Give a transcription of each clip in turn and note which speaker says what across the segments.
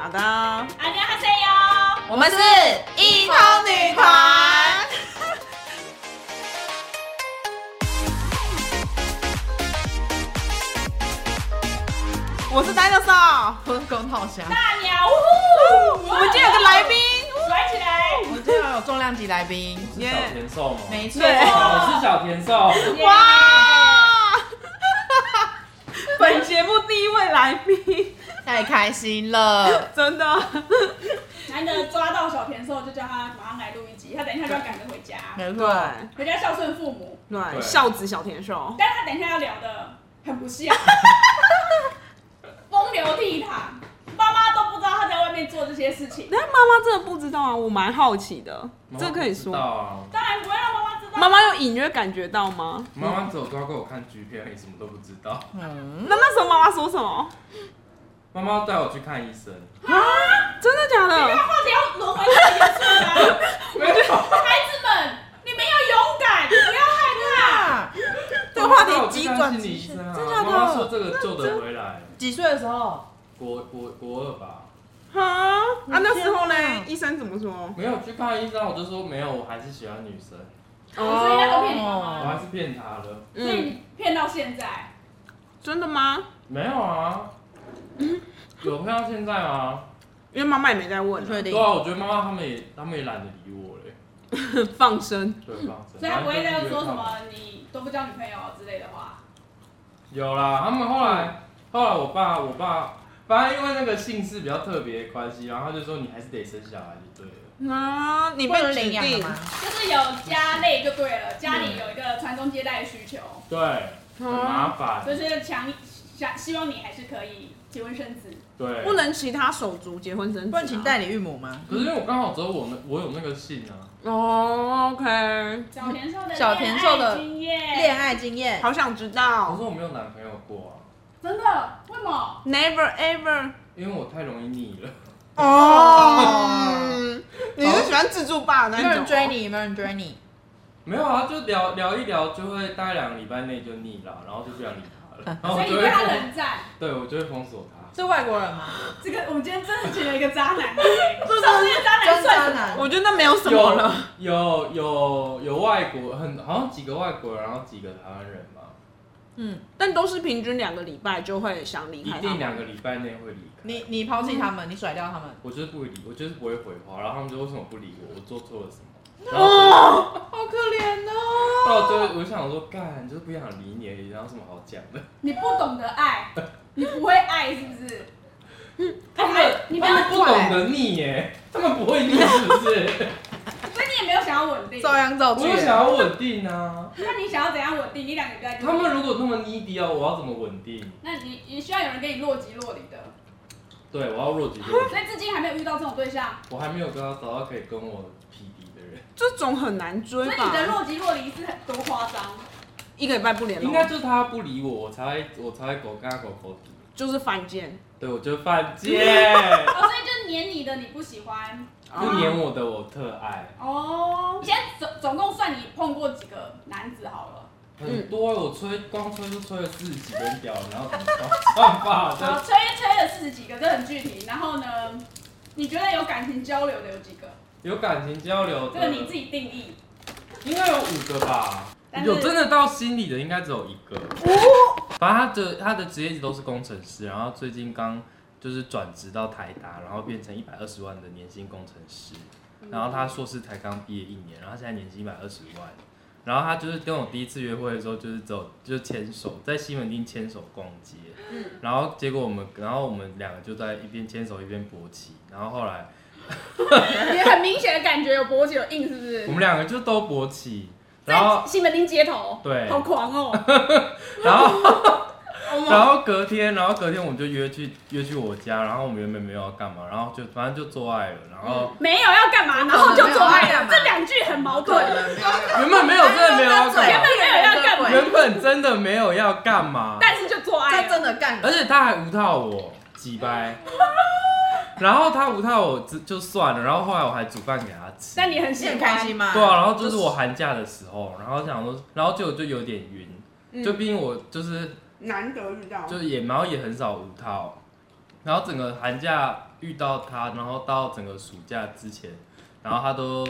Speaker 1: 好的哦，
Speaker 2: 안녕하세요，
Speaker 1: 我们是一通女团。 我是呆的少，
Speaker 3: 我是龚浩翔，
Speaker 2: 大鸟，呜呼
Speaker 1: 我们今天有个来宾，
Speaker 2: 甩起来，
Speaker 3: 我们今天有重量级来宾，
Speaker 4: 是小甜瘦吗？
Speaker 3: 没错，
Speaker 1: 对
Speaker 4: 我是小甜瘦，
Speaker 1: 哇！本节目第一位来 宾，
Speaker 3: 太开心了。
Speaker 1: 真的，
Speaker 2: 难得抓到小甜瘦，就叫他马上来录一集，他等一下就要赶着回家，
Speaker 3: 没错，
Speaker 1: 对
Speaker 2: 回家孝顺父母，
Speaker 1: 对，
Speaker 4: 对
Speaker 1: 孝子小甜瘦，
Speaker 2: 但是他等一下要聊的很 不像，风流倜傥，妈妈都不知道他在外面做这些事情，
Speaker 1: 但妈妈真的不知道啊，我蛮好奇的，这可以
Speaker 4: 妈妈不知道
Speaker 1: 说，
Speaker 4: 啊，
Speaker 2: 当然不会让妈妈知道，
Speaker 1: 妈妈有隐约感觉到吗？
Speaker 4: 妈妈只有抓给我看 G 片，而已，什么都不知道。
Speaker 1: 那
Speaker 3: 嗯
Speaker 1: 那时候妈妈说什么？
Speaker 4: 妈妈带我去看 医生，
Speaker 1: 真的假
Speaker 2: 这个
Speaker 1: 的？
Speaker 2: 话题要轮回到结 束了，
Speaker 4: 没有，
Speaker 2: 啊孩子们，你们要勇敢，不要害怕。
Speaker 1: 这个话
Speaker 4: 妈妈带我
Speaker 1: 题
Speaker 4: 去
Speaker 1: 急
Speaker 4: 看
Speaker 1: 转
Speaker 4: 心理医
Speaker 1: 直
Speaker 4: 生
Speaker 1: 下，
Speaker 4: 啊
Speaker 1: 真的假
Speaker 4: 妈妈说
Speaker 1: 的？
Speaker 4: 这个救得回来，
Speaker 3: 几岁的时候？
Speaker 4: 国国国二吧。
Speaker 1: 啊啊！那时候
Speaker 3: 天
Speaker 1: 呢
Speaker 3: 哪？
Speaker 1: 医生怎么说？
Speaker 4: 没有去看医生，我就说没有，我还是喜欢女生，
Speaker 1: 哦
Speaker 2: 哦所以那个骗你妈
Speaker 4: 我
Speaker 2: 妈，
Speaker 4: 还是骗她了。
Speaker 2: 所以你骗到现在，
Speaker 1: 嗯真的吗？
Speaker 4: 没有啊，有骗到现在吗？
Speaker 1: 因为妈妈也没在问
Speaker 3: 确
Speaker 1: 啊，
Speaker 3: 定
Speaker 4: 对？啊，我觉得妈妈他们也他们也懒得理我嘞，
Speaker 1: 放生。
Speaker 4: 对吧？
Speaker 1: 嗯
Speaker 2: 所以他不会再说什
Speaker 4: 然后
Speaker 2: 么你都不交女朋友之类的话。
Speaker 4: 就约她。有啦，他们后来后来我爸我爸，反正因为那个姓氏比较特别的关系，然后他就说你还是得生小孩就对了。
Speaker 1: 啊，你
Speaker 3: 你
Speaker 1: 被指定
Speaker 3: 吗？
Speaker 2: 就是有家内就对了，家里有一个传宗接代的需求，
Speaker 4: 对，很麻烦，
Speaker 2: 啊就是强想希望你还是可以结婚生子。
Speaker 4: 对。
Speaker 1: 不能其他手足结婚生
Speaker 3: 不然请
Speaker 1: 子啊。
Speaker 3: 代理孕母吗？
Speaker 4: 可是因为我刚好只有我那我有那个姓啊，
Speaker 1: 哦，OK，
Speaker 2: 小田寿的
Speaker 3: 小田寿的
Speaker 2: 恋爱经验，
Speaker 3: 恋爱经验，
Speaker 1: 好想知
Speaker 4: 可
Speaker 1: 道。
Speaker 4: 是我没有男朋友过啊，
Speaker 2: 真的为什么？
Speaker 1: Never ever。
Speaker 4: 因为我太容易腻了。
Speaker 3: 哦
Speaker 1: 嗯你是喜欢自助霸的
Speaker 3: 有
Speaker 1: 那
Speaker 3: 没
Speaker 1: 一种
Speaker 3: 有人
Speaker 1: 哦？
Speaker 3: 追你？有没有人追你？
Speaker 4: 没有啊，就聊聊一聊，就会大概两个礼拜内就腻了，然后就不想理他 了，然后
Speaker 2: 所
Speaker 4: 我
Speaker 2: 以
Speaker 4: 就
Speaker 2: 你
Speaker 4: 会
Speaker 2: 对他
Speaker 4: 封，
Speaker 2: 冷战。
Speaker 4: 对我就会封锁他。
Speaker 3: 是外国人吗？
Speaker 2: 这个我们今天真的请了一个渣男，就是这个渣男
Speaker 3: 真啊
Speaker 2: 算
Speaker 3: 渣
Speaker 2: 什么？
Speaker 3: 男，
Speaker 1: 我觉得那没有什么了。
Speaker 4: 有有有外国很好像几个外国人，然后几个台湾人吧，
Speaker 3: 嗯，
Speaker 1: 但都是平均两个礼拜就会想离
Speaker 4: 一
Speaker 1: 开他
Speaker 4: 定
Speaker 1: 们。
Speaker 4: 两个礼拜内会离开。
Speaker 3: 你你抛弃他们，你甩掉他们，
Speaker 4: 我就是不会理，我就是不会回话，然后他们就为什么不理我？我做错了什么？然后
Speaker 1: 哦，
Speaker 3: 好可怜哦。
Speaker 4: 到最后我就想说，干，就是不想理你而已，然后有什么好讲的？
Speaker 2: 你不懂得爱，你不会爱是不是？
Speaker 3: 嗯
Speaker 4: 他们
Speaker 2: 哎你不要
Speaker 4: 他们不懂得腻耶，他们不会腻是不是？
Speaker 2: 所以你也没有想要稳定。
Speaker 3: 照样造句
Speaker 4: 我。有想要稳定啊。
Speaker 2: 那你想要怎样稳定？你两个礼拜就
Speaker 4: 他们如果那么 needy 啊，我要怎么稳定？
Speaker 2: 那你你需要有人给你若即若离的，
Speaker 4: 对，我要若即若离。
Speaker 2: 所以至今还没有遇到这种对象。
Speaker 4: 我还没有跟他找到可以跟我匹敌的人，
Speaker 1: 这种很难追
Speaker 2: 所以你的
Speaker 1: 吧？
Speaker 2: 若即若离是很多夸 张，哦
Speaker 1: 一个礼拜不联
Speaker 4: 应该
Speaker 1: 络，
Speaker 4: 就是他不理我，我才会我才会狗跟他狗狗比。
Speaker 1: 就是犯贱。
Speaker 4: 对，我就犯贱，
Speaker 2: 哦，所以就是黏你的你不喜欢
Speaker 4: 不黏我的我特爱，
Speaker 2: 哦。现在总总共算你碰过几个男子好了，
Speaker 4: 很多我吹光吹就吹了四十几根屌，然后怎么 办法？
Speaker 2: 好，
Speaker 4: 这
Speaker 2: 吹吹了四十几个，这很具体。然后呢，你觉得有感情交流的有几个？
Speaker 4: 有感情交流
Speaker 2: 这
Speaker 4: 的
Speaker 2: 个，你自己定义。
Speaker 4: 应该有五个吧
Speaker 2: 但？是哦
Speaker 4: 有真的到心里的应该只有一个。反正他的他的职业一直都是工程师，然后最近刚就是转职到台达，然后变成一百二十万的年薪工程师。
Speaker 2: 嗯
Speaker 4: 然后他硕士才刚毕业一年，然后现在年薪一百二十万。然后他就是跟我第一次约会的时候，就是走就是牵手，在西门町牵手逛街。
Speaker 2: 嗯
Speaker 4: 然后结果我们，然后我们两个就在一边牵手一边勃起。然后后来
Speaker 2: 你很明显的感觉有脖子有硬，是不是
Speaker 3: 嗯
Speaker 4: 我们两个就都勃起，然后
Speaker 2: 西门町街头，
Speaker 4: 对，
Speaker 1: 好狂哦！
Speaker 4: 然后，然后隔天，然后隔天我们就约去约去我家，然后我们原本没有要干嘛，然后就反正就做爱了，然后
Speaker 2: 没有要干嘛，然后就做爱了，这两句很矛盾。
Speaker 4: 原本没有真的没有要 干嘛，
Speaker 2: 没有要干嘛
Speaker 4: 原本真的没有要干嘛，
Speaker 2: 但是就做爱
Speaker 3: 他
Speaker 2: 了，
Speaker 3: 真的干
Speaker 4: 而且他还无套我几 掰，然后他无套我就就算了，然后后来我还煮饭给他吃，
Speaker 2: 但你很喜
Speaker 3: 你很
Speaker 2: 欢
Speaker 3: 开心吗？
Speaker 4: 对啊，然后就是我寒假的时候，然后想说，然后就就有点晕，就毕竟我就是
Speaker 1: 嗯难得遇到，
Speaker 4: 就是也，然后也很少无套，然后整个寒假遇到他，然后到整个暑假之前，然后他都，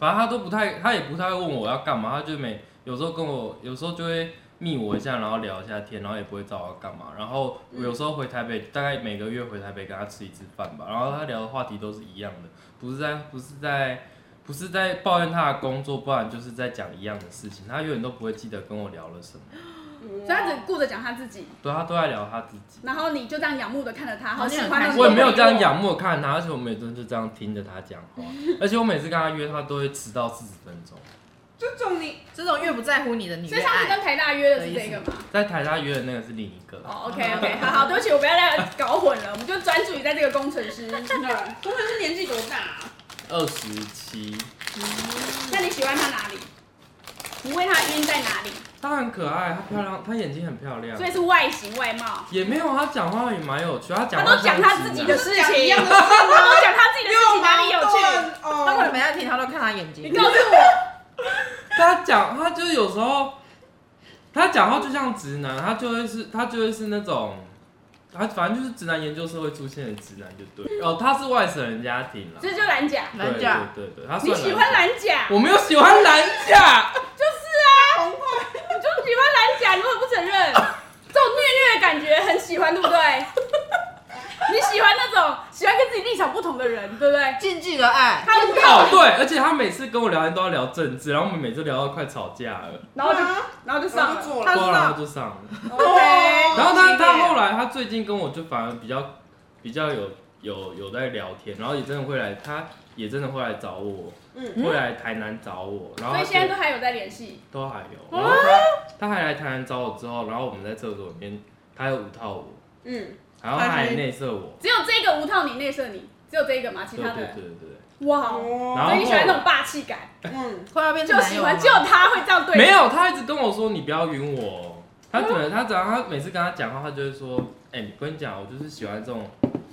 Speaker 4: 反正他都不太，他也不太会问我要干嘛，他就每有时候跟我，有时候就会密我一下，然后聊一下天，然后也不会找我要干嘛。然后我有时候回台北，大概每个月回台北跟他吃一次饭吧，然后他聊的话题都是一样的，不是在不是在不是在抱怨他的工作，不然就是在讲一样的事情，他永远都不会记得跟我聊 了什么，
Speaker 2: 所以他只顾着讲他自己，
Speaker 4: 对他都在聊他自己。
Speaker 2: 然后你就这样仰慕的看着他，好
Speaker 3: 哦你
Speaker 2: 喜
Speaker 3: 很
Speaker 2: 欢
Speaker 3: 开
Speaker 2: 他。
Speaker 3: 心
Speaker 4: 我也没有这样，仰慕看他，而且我每天就这样听着他讲话，而且我每次跟他约，他都会迟到四十分钟。
Speaker 1: 这种你
Speaker 3: 这种越不在乎你的，你
Speaker 2: 所以
Speaker 3: 越
Speaker 2: 上次
Speaker 3: 爱。
Speaker 2: 跟台大约的是这个嘛？
Speaker 4: 在台下约的那个是另一个，
Speaker 2: 哦，OK OK，好好，对不起，我不要再搞混了，我们就专注于在这个工程师那儿。
Speaker 1: 工程师年纪多大啊？
Speaker 4: 二十七，
Speaker 2: 那你喜欢他哪里？你为他晕在哪里？
Speaker 4: 她很可爱，她漂亮，她眼睛很漂亮
Speaker 2: 所，以是外形外貌，
Speaker 4: 也没有她讲话也蛮有趣，她
Speaker 2: 他
Speaker 4: 讲话
Speaker 2: 都讲他
Speaker 4: 像
Speaker 2: 自己
Speaker 4: 直
Speaker 2: 的
Speaker 4: 男
Speaker 2: 事情，
Speaker 1: 讲一
Speaker 2: 他
Speaker 1: 样的事
Speaker 2: 都讲他自己的事情，哪里有趣？
Speaker 1: 盾
Speaker 3: 那我
Speaker 1: 哦，
Speaker 3: 每天听他都看他眼睛
Speaker 2: 你，告诉我，
Speaker 4: 他讲，他就是有时候，他讲话就像直男，他就会是，他就会是那种，他反正就是直男研究社会出现的直男就对。哦，他是外省人家庭啦，
Speaker 2: 这就蓝甲，
Speaker 4: 对
Speaker 3: 蓝甲
Speaker 4: 对对对，他算
Speaker 2: 你喜欢
Speaker 4: 蓝
Speaker 2: 蓝甲
Speaker 4: 甲，，我没有喜欢蓝甲，
Speaker 2: 就是啊，你就喜欢蓝甲，你为什么不承认？这种虐虐的感觉很喜欢，对不对？你喜欢那种喜欢跟自己立场不同的人，对不对？
Speaker 3: 禁忌的爱，
Speaker 2: 他不
Speaker 4: 哦
Speaker 1: 啊
Speaker 4: 对，而且他每次跟我聊天都要聊政治，然后我们每次聊到快吵架了，
Speaker 2: 然后就
Speaker 1: 啊
Speaker 2: 然后就上
Speaker 1: 然后做
Speaker 2: 了。
Speaker 3: 他
Speaker 1: 了，
Speaker 3: 知道
Speaker 4: 对然后就上了。
Speaker 1: 哦
Speaker 2: OK，
Speaker 4: 然后
Speaker 3: 好
Speaker 4: 他
Speaker 3: 激烈
Speaker 4: 他后来他最近跟我就反而比较比较有有有在聊天，然后也真的会来，他也真的会来找我，
Speaker 1: 嗯
Speaker 4: 会来台南找我，然后
Speaker 2: 所
Speaker 4: 他
Speaker 2: 以现在
Speaker 4: 就
Speaker 2: 都还啊有在联系。
Speaker 4: 都还有，然后他他还来台南找我之后，然后我们在厕所里面，他又五套我，
Speaker 1: 嗯，
Speaker 4: 然后他还内射我，
Speaker 2: 只有这个无套你内射你，只有这个嘛，其
Speaker 4: 对对
Speaker 2: 他
Speaker 4: 对
Speaker 2: 的
Speaker 4: 对对，
Speaker 2: 哇，
Speaker 4: 然
Speaker 1: 哦，
Speaker 4: 后
Speaker 2: 所以你喜欢那种霸气感，
Speaker 1: 嗯，
Speaker 3: 快要变成
Speaker 2: 就
Speaker 3: 男
Speaker 2: 喜
Speaker 3: 友了
Speaker 2: 欢
Speaker 3: 吗
Speaker 2: 就他会这样对你。嗯
Speaker 4: 没有，他一直跟我说你不要晕我，他可能他只要他每次跟他讲话，他就会说，哎、你跟你讲，我就是喜欢这种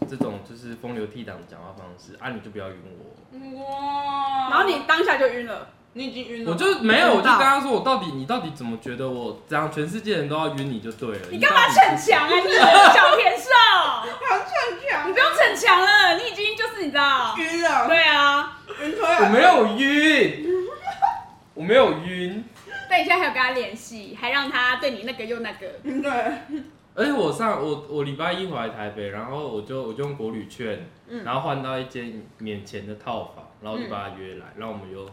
Speaker 4: 这种就是风流倜傥的讲话方式，啊，你就不要晕我。
Speaker 1: 哇，
Speaker 2: 然后你当下就晕了，
Speaker 3: 你已经晕
Speaker 4: 我就没有，我就
Speaker 3: 知道
Speaker 4: 跟他说，我到底你到底怎么觉得我这样，全世界人都要晕你就对了。
Speaker 2: 你干嘛
Speaker 4: 到底
Speaker 2: 逞强啊？你小甜少，
Speaker 1: 唐振强
Speaker 2: 你不用逞强了，你已经就是你知道。
Speaker 1: 晕了，
Speaker 2: 对啊，
Speaker 1: 晕出
Speaker 4: 我
Speaker 1: 来，
Speaker 4: 没有晕，我没有晕，
Speaker 2: 但你现在还有跟他联系，还让他对你那个又那个，
Speaker 1: 嗯对，
Speaker 4: 而且我上我我礼拜一回来台北，然后我就我就用国旅券，
Speaker 1: 嗯
Speaker 4: 然后换到一间免钱的套房，然后我就把他约来，然后我们又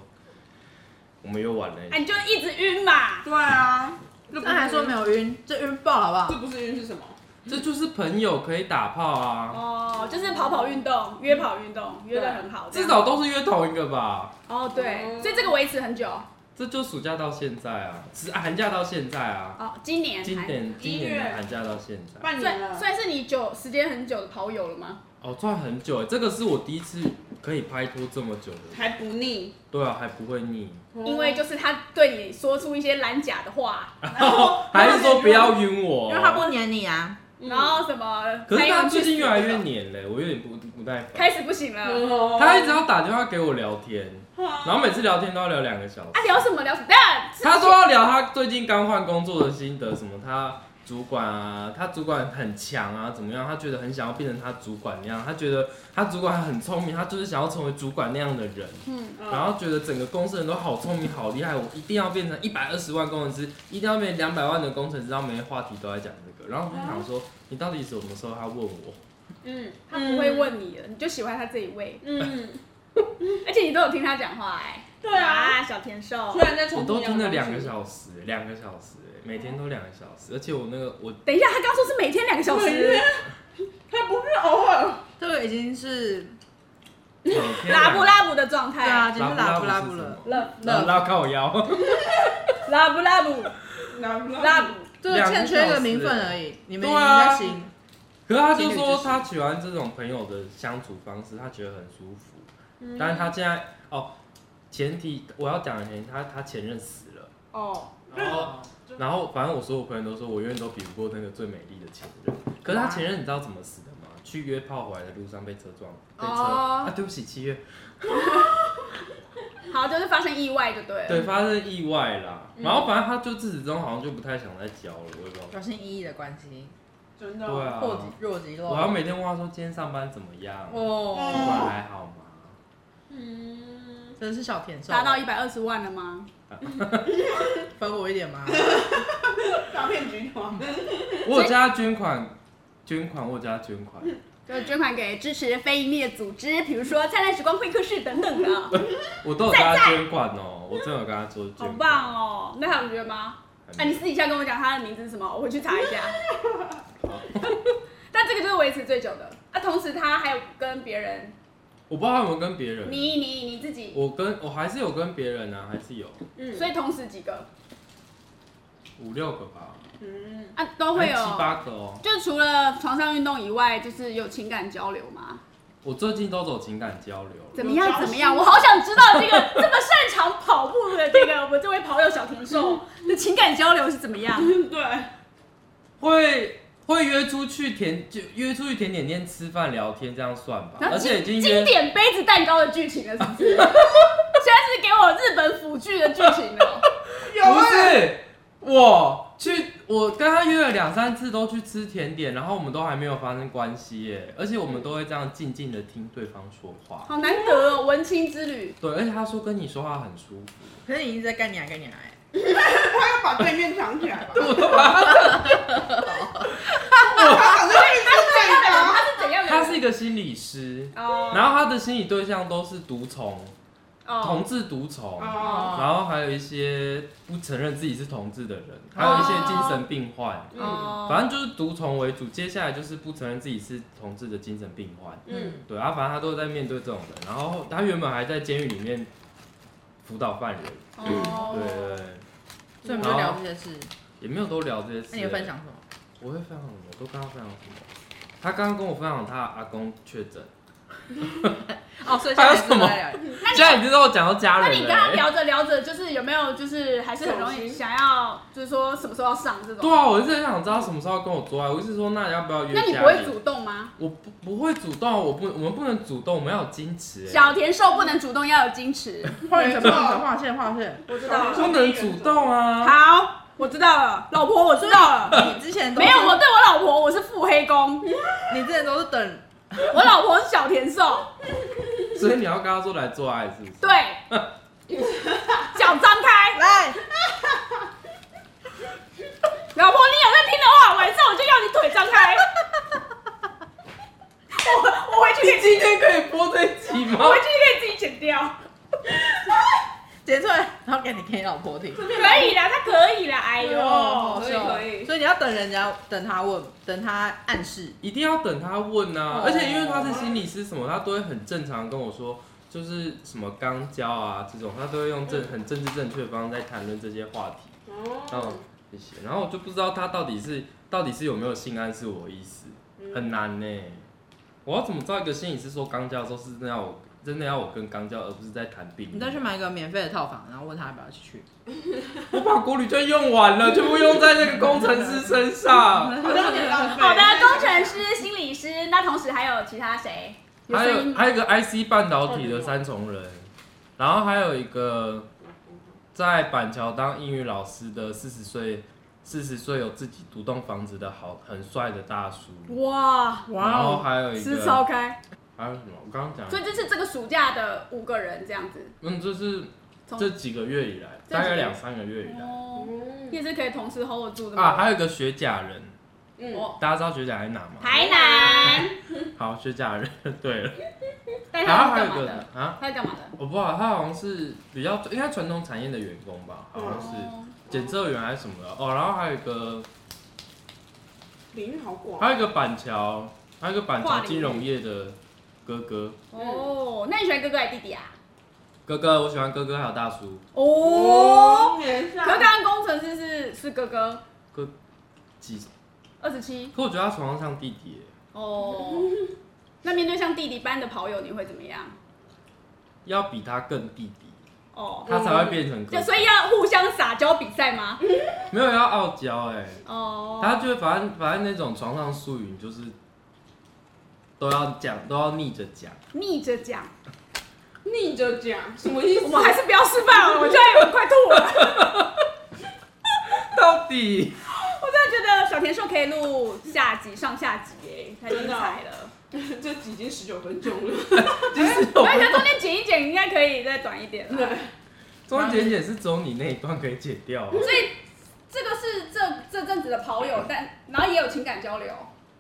Speaker 4: 我们又玩了一
Speaker 2: 啊，
Speaker 1: 哎
Speaker 2: 你就一直晕嘛。
Speaker 1: 对啊，这不是
Speaker 3: 那还说没有晕，这晕爆了好不好？
Speaker 1: 这不是晕是什么？
Speaker 4: 这就是朋友可以打炮啊，
Speaker 2: 哦，就是跑跑运动，约跑运动，约的很好。
Speaker 4: 至少都是约同一个吧。
Speaker 2: 哦，对，所以这个维持很久。
Speaker 4: 这就暑假到现在啊，是寒假到现在啊，
Speaker 2: 哦，今年
Speaker 4: 今
Speaker 2: 还
Speaker 4: 年今
Speaker 1: 一月
Speaker 4: 年的寒假到现在。
Speaker 1: 半年
Speaker 2: 算
Speaker 1: 了，
Speaker 2: 算是你久时间很久的跑友了吗？
Speaker 4: 哦，转很久欸，这个是我第一次可以拍拖这么久的，
Speaker 1: 还不腻，
Speaker 4: 对啊，还不会腻，
Speaker 1: 嗯
Speaker 2: 因为就是他对你说出一些蓝甲的话，
Speaker 1: 然后
Speaker 4: 还是说不要晕我
Speaker 3: 因为他，不黏你啊，
Speaker 1: 嗯
Speaker 2: 然后什么，
Speaker 4: 可是他最近
Speaker 2: 还有去死
Speaker 4: 越来越黏嘞，我有点不不耐烦，
Speaker 2: 开始不行了。
Speaker 1: 嗯
Speaker 4: 他一直要打电话给我聊天，然
Speaker 1: 然
Speaker 4: 后每次聊天都要聊两个小时，
Speaker 2: 啊，聊什么聊什么？但
Speaker 4: 他说要聊他最近刚换工作的心得，什么他主管啊，他主管很强啊，怎么样？他觉得很想要变成他主管那样，他觉得他主管很聪明，他就是想要成为主管那样的人。
Speaker 2: 嗯，
Speaker 4: 然后觉得整个公司人都好聪明、好厉害，我一定要变成一百二十万工程师，一定要变成两百万的工程师。然后每天话题都在讲这个，然后我就想说，你到底什么时候他问我？
Speaker 1: 嗯，
Speaker 2: 他不会问你了，你就喜欢他这一位，
Speaker 1: 嗯，
Speaker 2: 而且你都有听他讲话哎。
Speaker 1: 对啊，
Speaker 2: 小甜瘦
Speaker 1: 虽。然在
Speaker 4: 我
Speaker 1: 重复
Speaker 4: 都
Speaker 1: 一
Speaker 4: 听
Speaker 1: 样的
Speaker 4: 了两个
Speaker 1: 东西
Speaker 4: 小时，两个小时，每天都两个小时，而且我那个我
Speaker 2: 等一下，他刚说是每天两个小
Speaker 1: 每天
Speaker 2: 时，
Speaker 1: 他不是偶尔，
Speaker 3: 这个已经是
Speaker 4: 每天
Speaker 2: 拉布拉布的状
Speaker 3: 对
Speaker 2: 态
Speaker 3: 啊，。已经是拉
Speaker 4: 拉
Speaker 3: 布
Speaker 4: 布
Speaker 3: 拉
Speaker 4: 拉
Speaker 3: 布
Speaker 4: 布是
Speaker 3: 了。
Speaker 4: 什么，拉拉靠腰，
Speaker 2: 拉布拉布
Speaker 1: 拉不
Speaker 2: 拉布，
Speaker 3: 这个欠缺一个名分而已，你们
Speaker 4: 对
Speaker 3: 应
Speaker 4: 啊
Speaker 3: 该行。
Speaker 4: 可是他就说他喜欢这种朋友的相处方式，他觉得很舒服。
Speaker 2: 嗯
Speaker 4: 但是他现在哦，前提我要讲的前提，他他前任死了。
Speaker 1: 哦，
Speaker 4: 然后，然后，反正我所有朋友都说，我永远都比不过那个最美丽的前任。可是他前任，你知道怎么死的吗？去约炮回来的路上被车撞，被车、
Speaker 2: 哦
Speaker 4: 啊，对不起，七月，
Speaker 2: 好，就是发生意外就对了。
Speaker 4: 对，发生意
Speaker 2: 嗯
Speaker 4: 外啦。然后，反正他就自始至终好像就不太想再交了，我也不知道。
Speaker 3: 表现意义的关系，真的
Speaker 4: 对啊
Speaker 3: 破极弱极
Speaker 4: 我要
Speaker 3: 弱。
Speaker 4: 每天问他说今天上班怎么样，主
Speaker 3: 哦，
Speaker 4: 管还好吗？
Speaker 2: 嗯，
Speaker 3: 真是小甜瘦，啊
Speaker 2: 达到一百二十万了吗？
Speaker 3: 分我一点 吗？
Speaker 1: 诈骗集团，
Speaker 4: 我有加捐款，捐款我有加捐款，
Speaker 2: 就捐款给支持非营利的组织，比如说灿烂时光会客室等等 的，
Speaker 4: 我都有跟他捐款哦，我真的有跟他说捐
Speaker 2: 好
Speaker 4: 款，
Speaker 2: 棒哦！那还有觉得吗？哎、
Speaker 4: 还
Speaker 2: 你
Speaker 4: 没
Speaker 2: 私底下跟我讲他的名字是什么，我回去查 一下。
Speaker 4: 好
Speaker 2: 但这个就是维持最久的啊。同时，他还有跟别人，
Speaker 4: 我不知道他有没有跟别人，
Speaker 2: 你你你自己，
Speaker 4: 我跟我还是有跟别人啊，还是有
Speaker 2: 嗯，所以同时几个
Speaker 4: 五六个吧，
Speaker 1: 嗯，
Speaker 2: 啊都会有，
Speaker 4: 还七八个哦。
Speaker 2: 就除了床上运动以外，就是有情感交流嘛？
Speaker 4: 我最近都走情感交流了，
Speaker 2: 怎么样？怎么样？我好想知道这个 这么擅长跑步的这个我们这位跑友小田兽的情感交流是怎么样？
Speaker 1: 嗯
Speaker 2: 啊
Speaker 1: 对，
Speaker 4: 会会约出去甜就约出去甜点店吃饭聊天，这样算吧。
Speaker 2: 然后
Speaker 4: 而且已经
Speaker 2: 经
Speaker 4: 约
Speaker 2: 典杯子蛋糕的剧情了，是 不是？现在是给我日本腐剧的剧情了。
Speaker 1: 有
Speaker 4: 不
Speaker 1: 哎，
Speaker 4: 是我去，我跟他约了两三次都去吃甜点，然后我们都还没有发生关系耶，而且我们都会这样静静的听对方说话。
Speaker 2: 好难得哦，文青之旅。
Speaker 4: 对，而且他说跟你说话很舒 服，
Speaker 3: 可是你一直在干你啊干你啊，哎
Speaker 1: 他要把对面藏起来吧，
Speaker 4: 我都把他
Speaker 1: 他好像是正
Speaker 2: 他
Speaker 1: 常，
Speaker 2: 呃是怎样的人？
Speaker 4: 他是一个心理师，
Speaker 2: 哦
Speaker 4: 然后他的心理对象都是毒虫，
Speaker 2: 哦
Speaker 4: 同志毒虫，
Speaker 1: 哦，
Speaker 4: 然后还有一些不承认自己是同志的人，还有一些精神病患。
Speaker 2: 哦，
Speaker 4: 反正就是毒虫为主，接下来就是不承认自己是同志的精神病患。
Speaker 1: 嗯，
Speaker 4: 对啊，反正他都在面对这种人，然后他原本还在监狱里面辅导犯人，对
Speaker 2: 哦，
Speaker 4: 对对，
Speaker 3: 所以我们就聊这些事。
Speaker 4: 也没有都聊这些事。
Speaker 3: 那你会分？享什么？
Speaker 4: 我会分享什么？我都跟他分享什么？他刚刚跟我分享他阿公确诊，
Speaker 3: 哦，所以现
Speaker 4: 还有
Speaker 3: 在
Speaker 4: 什么
Speaker 3: 还是在聊
Speaker 2: 那
Speaker 4: 现
Speaker 2: 你
Speaker 4: 在你知道我讲到家
Speaker 2: 那
Speaker 4: 人
Speaker 2: 你跟
Speaker 4: 了、
Speaker 2: 他
Speaker 4: 欸。
Speaker 2: 聊着聊着，就是有没有就是还是很容易想要，就是说什么时候要上这
Speaker 4: 对
Speaker 2: 种？
Speaker 4: 啊，我是很想知道他什么时候要跟我做爱。我一直说，那你要不要约
Speaker 2: 那你
Speaker 4: 家
Speaker 2: 不会
Speaker 4: 里
Speaker 2: 主动吗？
Speaker 4: 我不不会主动，我不我们不能主动，我们要有矜持、欸。
Speaker 2: 小田兽不能主动，要有矜 持。
Speaker 3: 画人什么？画线画线。
Speaker 1: 我知
Speaker 4: 不能主动啊！
Speaker 2: 好，我知道了，老婆，我知道了。
Speaker 3: 你之前都是
Speaker 2: 没有，我，对我老婆我是腹黑攻，
Speaker 3: 你之前都是等
Speaker 2: 我老婆是小田兽，
Speaker 4: 所以你要跟他说来做爱，是不是？
Speaker 2: 对，脚张开，
Speaker 3: 来，
Speaker 2: 老婆你有在听的话，晚上我就要你腿张 开。我我回去给自己，
Speaker 4: 天可以播这一集吗
Speaker 2: 我回去给自己剪掉。
Speaker 3: 剪出来，然后给你给你老婆听。
Speaker 2: 可以啦，他可以啦，哎
Speaker 3: 哦
Speaker 2: 呦，
Speaker 1: 可以可以
Speaker 3: 所以你要等人家等他问，等他暗示。
Speaker 4: 一定要等他问啊！
Speaker 3: 哦
Speaker 4: 而且因为他是心理师什么，他都会很正常地跟我说，就是什么肛交啊这种，他都会用正很政治正确的方式在谈论这些话题。
Speaker 1: 哦
Speaker 4: 嗯，谢谢。然后我就不知道他到底是到底是有没有性暗示我的意思，很难呢、我要怎么知道一个心理师说肛交的时候是真的要我真的要我跟肛交，而不是在谈病？
Speaker 3: 你再去买一个免费的套房，然后问他要不要去。
Speaker 4: 我把国旅券用完了，全部用在那个工程师身上。
Speaker 1: 好像有点浪费。
Speaker 2: 好的，工程师、心理师，那同时还有其他谁？
Speaker 4: 还
Speaker 2: 声
Speaker 4: 有
Speaker 2: 音哦
Speaker 4: 还有一个 IC 半导体的三重人，然后还有一个在板桥当英语老师的四十岁，四十岁有自己独栋房子的好很帅的大叔。
Speaker 2: 哇，
Speaker 4: 然后，还有一
Speaker 2: 吃
Speaker 4: 个
Speaker 2: 超开，
Speaker 4: 还有什么？我刚刚
Speaker 2: 所
Speaker 4: 讲，
Speaker 2: 以这是这个暑假的五个人这样子。
Speaker 4: 嗯，就是
Speaker 2: 从
Speaker 4: 这几个月以来，
Speaker 2: 这几
Speaker 4: 大概两三个月以来
Speaker 2: 哦，
Speaker 1: 嗯
Speaker 2: 也是可以同时 hold 得住的吗？
Speaker 4: 啊，还有一个学甲人，
Speaker 1: 嗯，
Speaker 2: 哦，
Speaker 4: 大家知道学甲在哪吗？
Speaker 2: 台南，
Speaker 4: 好，学甲人， 对了，
Speaker 2: 但是
Speaker 4: 然后
Speaker 2: 他
Speaker 4: 还
Speaker 2: 是哎干
Speaker 4: 有一
Speaker 2: 嘛
Speaker 4: 个
Speaker 2: 的？
Speaker 4: 啊。
Speaker 2: 他是干嘛的？
Speaker 4: 我不知道，他好像是比较应该传统产业的员工吧，好像是
Speaker 2: 哦
Speaker 4: 检测员还是什么的哦。然后还有一个，
Speaker 1: 零好广，
Speaker 4: 还有一个板桥，还有一个板
Speaker 2: 啊跨领
Speaker 4: 桥
Speaker 2: 域
Speaker 4: 金融业的哥哥，
Speaker 2: 哦，那你喜欢哥哥还是弟弟啊？
Speaker 4: 哥哥，我喜欢哥哥还有大叔，
Speaker 2: 哦，
Speaker 1: 年上
Speaker 2: 可是刚刚工程师是是哥哥，
Speaker 4: 哥几？
Speaker 2: 二十七
Speaker 4: 可我觉得他床上像弟弟耶，
Speaker 2: 哦。那面对像弟弟般的跑友，你会怎么样？
Speaker 4: 要比他更弟弟，
Speaker 2: 哦，
Speaker 4: 他才会变成哥
Speaker 2: 就
Speaker 4: 哥。
Speaker 2: 所以要互相撒娇比赛吗？
Speaker 1: 嗯
Speaker 4: 没有要傲娇哎，
Speaker 2: 哦，
Speaker 1: 啊
Speaker 4: 他就是反正反正那种床上术语就是都要讲，都要逆着讲。
Speaker 2: 逆着讲，
Speaker 1: 逆着讲，什么意思？
Speaker 2: 我们还是不要示范 了，我现在有点快吐了。
Speaker 4: 到底
Speaker 2: 我真的觉得小小田秀可以录下集、上下集耶，太精彩了。
Speaker 1: 这已经十九分钟了，
Speaker 4: 就是
Speaker 2: 我
Speaker 4: 我
Speaker 2: 感觉中间剪一剪应该可以再短一点了。
Speaker 4: 中间剪剪是只有你那一段可以剪掉啊。
Speaker 2: 所以这个是这这阵子的跑友，但然后也有情感交流。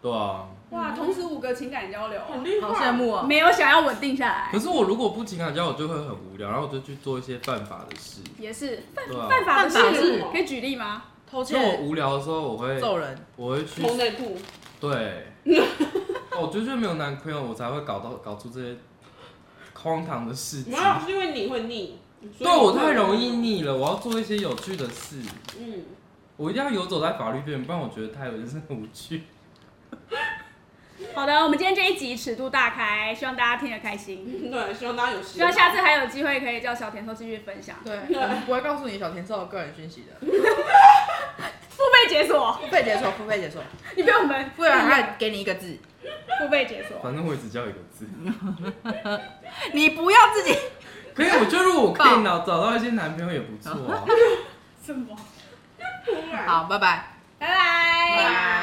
Speaker 4: 对啊，
Speaker 2: 哇，同时五个情感交流，
Speaker 1: 很厉害，
Speaker 3: 好羡慕哦。
Speaker 2: 嗯没有想要稳定下来
Speaker 4: 可，是我如果不情感交流，我就会很无聊，然后我就去做一些犯法的事。
Speaker 2: 也是犯
Speaker 4: 对啊
Speaker 2: 犯法的
Speaker 3: 犯
Speaker 1: 法
Speaker 2: 事
Speaker 1: 是，
Speaker 2: 可以举例吗？
Speaker 3: 偷
Speaker 4: 就我
Speaker 3: 窃、
Speaker 4: 无聊的时候，我会
Speaker 3: 揍人，
Speaker 4: 我会去
Speaker 1: 红内裤，
Speaker 4: 对，哦我就是没有男朋友，我才会搞到搞出这些荒唐的事情
Speaker 1: 没。有，是因为你会腻。所以
Speaker 4: 对我
Speaker 1: 会
Speaker 4: 太容易。腻了，我要做一些有趣的事。
Speaker 1: 嗯，
Speaker 4: 我一定要游走在法律边，不然我觉得太人生无趣。
Speaker 2: 好的，我们今天这一集尺度大开，希望大家听得开心。
Speaker 1: 对，希望大家有时
Speaker 2: 希望下次还有机会可以叫小甜豆继续分享，
Speaker 3: 对，我们不会告诉你小田是有个人讯息的，
Speaker 2: 付费解锁，
Speaker 3: 付费解锁，付费解锁，
Speaker 2: 你被我们
Speaker 3: 不然他给你一个字，
Speaker 2: 付费解锁。
Speaker 4: 反正我也只叫一个字。
Speaker 3: 你不要自己
Speaker 4: 可以，我觉得如果我可以找找到一些男朋友也不错啊。
Speaker 2: 什么？
Speaker 1: 突然
Speaker 3: 好，拜拜，
Speaker 2: 拜拜。
Speaker 1: 拜